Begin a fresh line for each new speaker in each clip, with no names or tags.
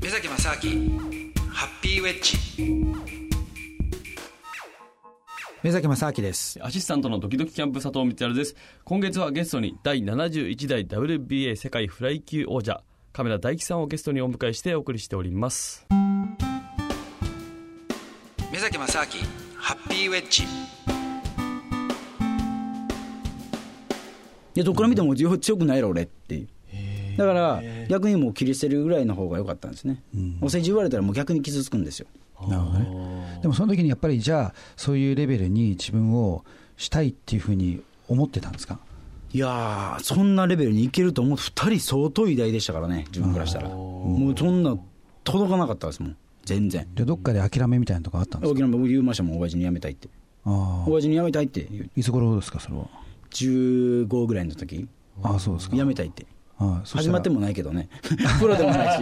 目崎正明ハッピーウェッジ目崎正明です
アシスタントのドキドキキャンプ佐藤光晴です。今月はゲストに第71代 WBA 世界フライ級王者、亀田大樹さんをゲストにお迎えしてお送りしております。
目崎正明ハッピーウェッジ
いやどっから見ても強くないやろ俺っていうだから逆にもう切り捨てるぐらいの方が良かったんですね、お世辞言われたらもう逆に傷つくんですよ
なるほどね。でもその時にやっぱりじゃあそういうレベルに自分をしたいっていうふうに思ってたんですか。
いやーそんなレベルにいけると思う2人相当偉大でしたからね自分からしたらもうそんな届かなかったですもん全然
でどっかで諦めみたいなとこあったんです
大
か。
きな僕言いましたもん親父に辞めたいって
あ
親父に辞めたいって言う
あ。いつ頃ですかそれは。
15ぐらいの時
ああそうですか。
辞めたいって
はい。そし
始
たら
まってもないけどね プロでも ない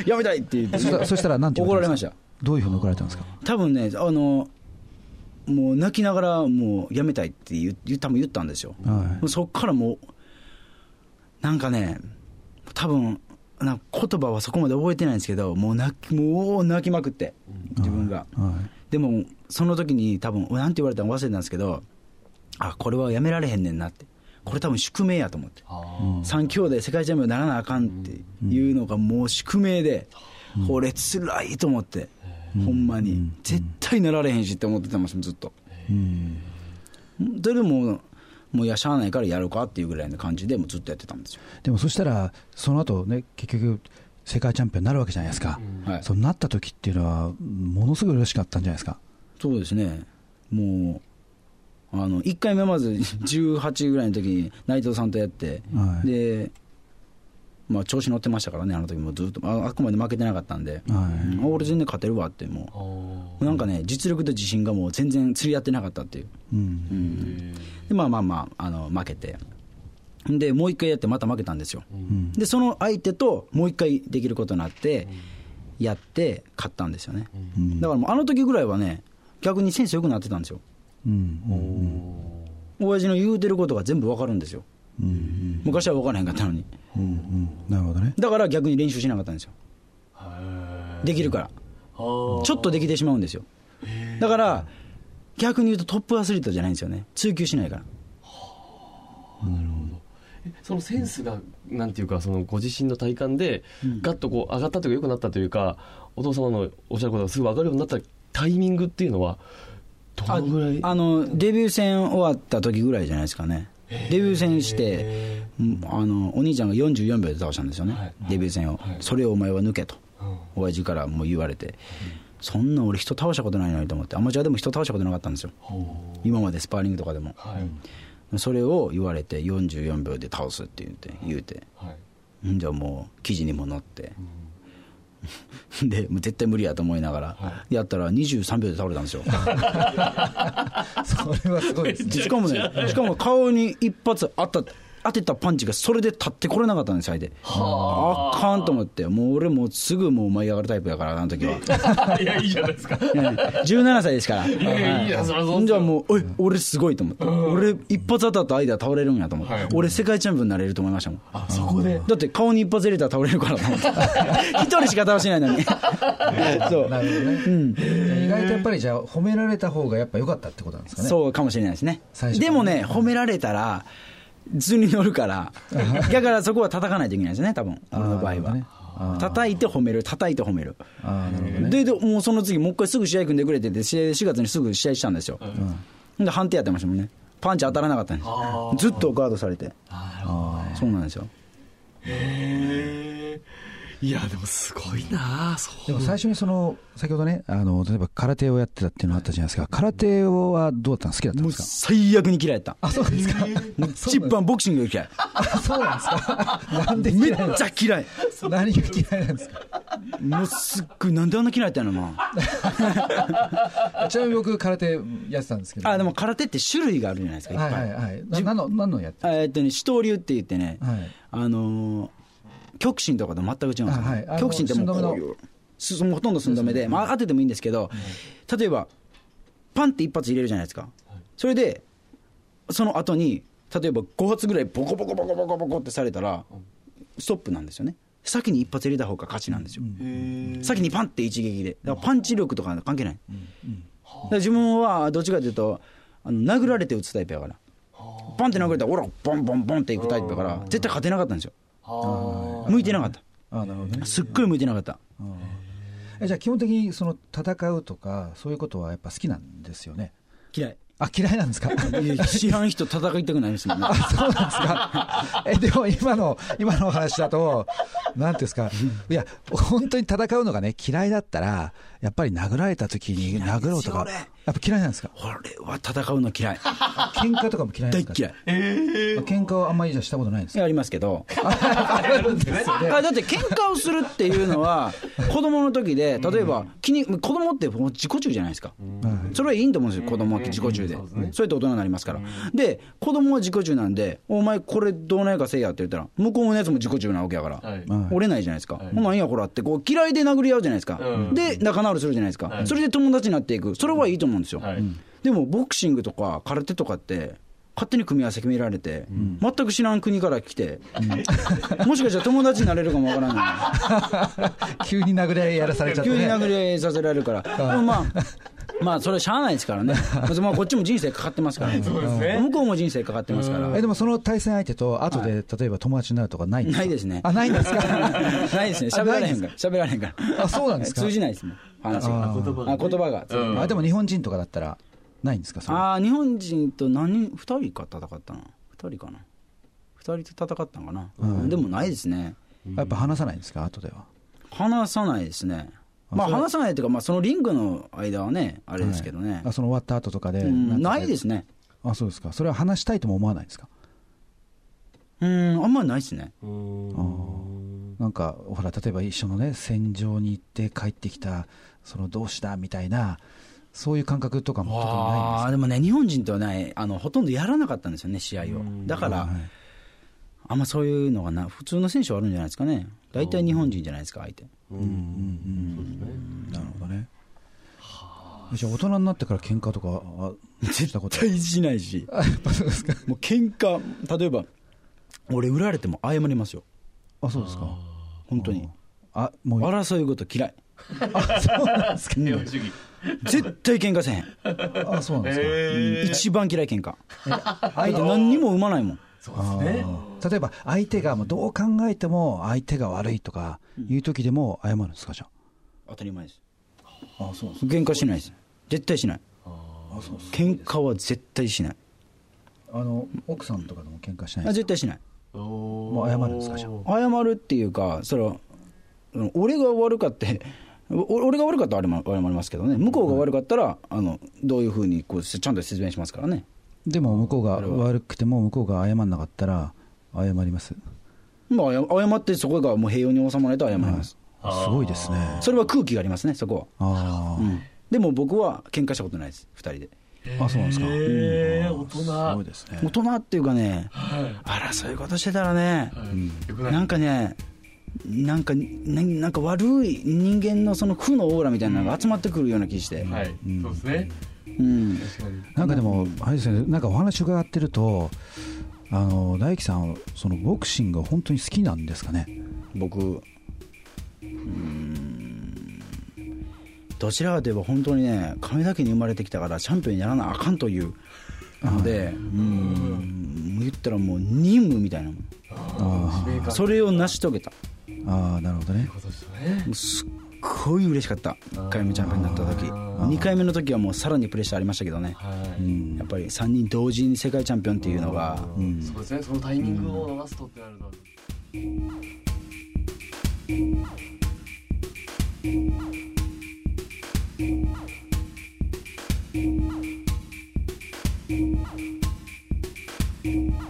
し辞めたいって言って
そしたらそしたらなんて言わ
怒ら
れ
れ
たん
ま
で
し
すか
た
どういうふうに怒られたんですか。
多分ねあのもう泣きながらもうやめたいって言う多分言ったんですよ、
は
もうそっからもうなんかね多分なんか言葉はそこまで覚えてないんですけどもう泣きもう泣きまくって自分が、
い。は
でもその時に多分なんて言われたのか忘れたんですけどあこれはやめられへんねんなってこれ多分宿命やと思って3兄弟世界チャンピオンにならなあかんっていうのがもう宿命で、これつらいと思って、ほんまに、絶対なられへんしって思ってたもんずっと、
い。うん。
それでももういやしゃあないからやろうかっていうぐらいの感じでもうずっとやってたんですよ、
でもそしたらその後ね結局世界チャンピオンになるわけじゃないですか。
はい、
そうなった時っていうのはものすごい嬉しかったんじゃないですか。
そうですね、もう、あの1回目まず18ぐらいの時に内藤さんとやって、
はい
で、まあ、調子乗ってましたからね、あの時もずっと、ああくまで負けてなかったんで、
はい
うん俺、全然勝てるわって、もう、なんかね、実力と自信がもう全然釣り合ってなかったっていう、
うん。
うんで、まあまあまあ、あの負けて。でもう一回やってまた負けたんですよ、
ん
でその相手ともう一回できることになってやって勝ったんですよね、
うん。
だからもうあの時ぐらいはね、逆にセンス良くなってたんですよ。
うん。うん
親父の言うてることが全部わかるんですよ。
うん。
昔は分からへんかったのに。
うん。うん。なるほどね。
だから逆に練習しなかったんですよ。できるから。ちょっとできてしまうんですよ。だから、逆に言うとトップアスリートじゃないんですよね。追求しないから。
そのセンスが、なんていうか、そのご自身の体感で、ガッとこう上がったというか、良くなったというか、お父様のおっしゃることがすぐ分かるようになったタイミングっていうのは、どのぐらい
あの、デビュー戦終わった時ぐらいじゃないですかね。デビュー戦して、うんあのお兄ちゃんが44秒で倒したんですよね、デビュー戦を、それをお前は抜けと、親父からもう言われて、そんな俺、人倒したことないのにと思って、アマチュアでも人倒したことなかったんですよ、今までスパーリングとかでも、
はい。
それを言われて、44秒で倒すって言って、言うて、
はい。
んじゃあもう記事にも載って、 でもう絶対無理やと思いながら、やったら23秒で倒れたんですよ
それはすご いですね。
でしかもねしかも顔に一発当た当てたパンチがそれで立ってこれなかったんです相手あかんと思ってもう俺もうすぐもう舞い上がるタイプやからあの 時は
いや、いいじゃないですか。
17歳ですから
やいやそりゃそうっすよ
はいじゃあもうおい俺すごいと思って俺一発当たった間倒れるんやと思って、俺世界チャンピオンになれると思いましたもん
あ、そこで。
だって顔に一発入れたら倒れるからと思って 一人しか倒しないのにそう
なるほどね、意外とやっぱりじゃあ褒められた方がやっぱ良かったってことなんですかね
そうかもしれないですね
最初
でもね褒められたら図に乗るから だからそこは叩かないといけないですね多分俺の場
な
合
るほどね
は、叩いて褒める叩いて褒める
ああなるほどね
ででもうその次もう一回すぐ試合組んでくれてて試合4月にすぐ試合したんですよ、で判定やってましたもんねパンチ当たらなかったんですずっとガードされてそうなんですよ
へーいや、でもすごいなあそう。
でも最初にその先ほどねあの例えば空手をやってたっていうのあったじゃないですか空手はどうだったの好きだったんで
もう
す
最悪に嫌いやった
かあそうですか
もう一番ボクシングが嫌い
そうなんですか なんで
め
嫌
っ
いなんです
ちゃ嫌い
か何が嫌いなんですか
もうすっごいなんであんな嫌いやったのな
ちなみに僕空手やってたんですけど
あでも空手って種類があるじゃないですかいっぱ
はい
い、
はいはいな何の何のやって
えーっとね、死闘流って言ってね、
はい
あのー極真とかと全く違うんですよ、
あはいあの
極真ってもうこういうすもうほとんど寸止めで、まあ、当ててもいいんですけど、例えば、パンって一発入れるじゃないですか、それで、その後に、例えば5発ぐらいボコボコボコボコボコってされたら、ストップなんですよね。先に一発入れた方が勝ちなんですよ、先にパンって一撃でだからパンチ力とか関係ない、だから自分はどっちかというとあの殴られて打つタイプやからパンって殴れたらオラボンボンボンっていくタイプだから絶対勝てなかったんですよ向いてなかった
あなるほどね
すっごい向いてなかった
えじゃあ基本的にその戦うとかそういうことはやっぱ好きなんですよね
嫌い
あ嫌いなん ですか
知らん人戦いたくないですもんね
そうなんです か。え、でも今の、今のお話だと、なんていうんですか、いや、本当に戦うのがね、嫌いだったら、やっぱり殴られた時に殴ろうとか、
嫌いですよ俺
やっぱ嫌いなんですか
俺は戦うの嫌い
喧嘩とかも嫌いなん
大
ですか
嫌い
あ喧嘩はあんまりじゃあしたことないんです
い
か
やありますけど
ああるんですよね。
あだって喧嘩をするっていうのは 子供の時で例えば気に子供ってもう自己中じゃないですかそれはいいんと思うんですよ子供は自己中でそうやって大人になりますからで子供は自己中なんで「お前これどうなんやかせいや」って言ったら向こうのやつも自己中なわけやから
はい
折れないじゃないですか「ほなんやこら」ってこう嫌いで殴り合うじゃないですか
うん
で仲直りするじゃないですかそれで友達になっていくそれはいいと思うんですよ
はい
でもボクシングとか空手とかって勝手に組み合わせ決められて、全く知らん国から来て、 もしかしたら友達になれるかもわからな
急に殴り合いやらされちゃ
い
って
急に
ね。
殴り合いさせられ るからでもまあまあそれはしゃあないですからねまあこっちも人生かかってますから、向こうも人生かかってますから、
え、でもその対戦相手と、後で、例えば友達になるとかないんですか
ないですね
あ、 ないんですか
ないですね喋られへんから喋られへんから
あそうなんですか
通じないですもん話が言葉が、あ言葉が、
あ、でも日本人とかだったら、ないんですかそれ
ああ日本人と何人2人か戦ったな2人かな2人と戦ったんかな、でもないですね
やっぱ話さないんですか後では。
話さないですねまあ話さないというか、まあ、そのリングの間はねあれですけどね、
あその終わった後とかで、
うん、
んか
ないですね
あそうですかそれは話したいとも思わないですか
うんあんまりないですね
なんかほら例えば一緒のね戦場に行って帰ってきたその同志だみたいなそういう感覚とかも特にないんです
ああーでもね日本人とはねあのほとんどやらなかったんですよね試合をだから、あんまそういうのがな普通の選手はあるんじゃないですかね大体日本人じゃないですか相手
なるほどねじゃあ大人になってから喧嘩とかあしたこと
対しないしもう喧嘩例えば俺売られても謝りますよ
あそうですか
本当に
あもう
争いごと嫌いあそうなんですか、絶対喧嘩せへん、
あそうなんですか、
一番嫌い喧嘩相手何にも生まないもん
あー例えば相手がもうどう考えても相手が悪いとかいう時でも謝るんですかじゃ
当たり前です
ああそうです
喧嘩しないです絶対しない喧嘩は絶対しない
あの奥さんとかでも喧嘩しない
あ
です
絶対しない
もう謝るんですかじゃあ
謝るっていうかそのうん俺が悪かってお俺が悪かったら謝謝りますけどね向こうが悪かったらあのどういうふうにこうちゃんと説明しますからね
でも向こうが悪くても向こうが謝んなかったら謝ります
まあ謝謝ってそこがもう平穏に収まらないと謝ります、
すごいですね
それは空気がありますねそこは
ああ、
でも僕は喧嘩したことないです2人で
あそうなんですか
ええ大
すご
人
いですね
大人っていうかね、あらそういうことしてたらね、なんかねなんかななんか悪い人間のその負のオーラみたいなのが集まってくるような気して、
はいそうですね
うん、
なんかでもあれですねなんかお話伺ってるとあの大樹さんそのボクシングが本当に好きなんですかね
僕うーんどちらかといえば本当にね亀田家に生まれてきたからチャンピオンにならなあかんというので、うーん言ったらもう任務みたいなもんそれを成し遂げた
ああなるほどね
すっごい嬉しかった1回目チャンピオンになった時2回目の時はもうさらにプレッシャーありましたけどね、やっぱり3人同時に世界チャンピオンっていうのが、
そうですねそのタイミングを逃すとってなると
「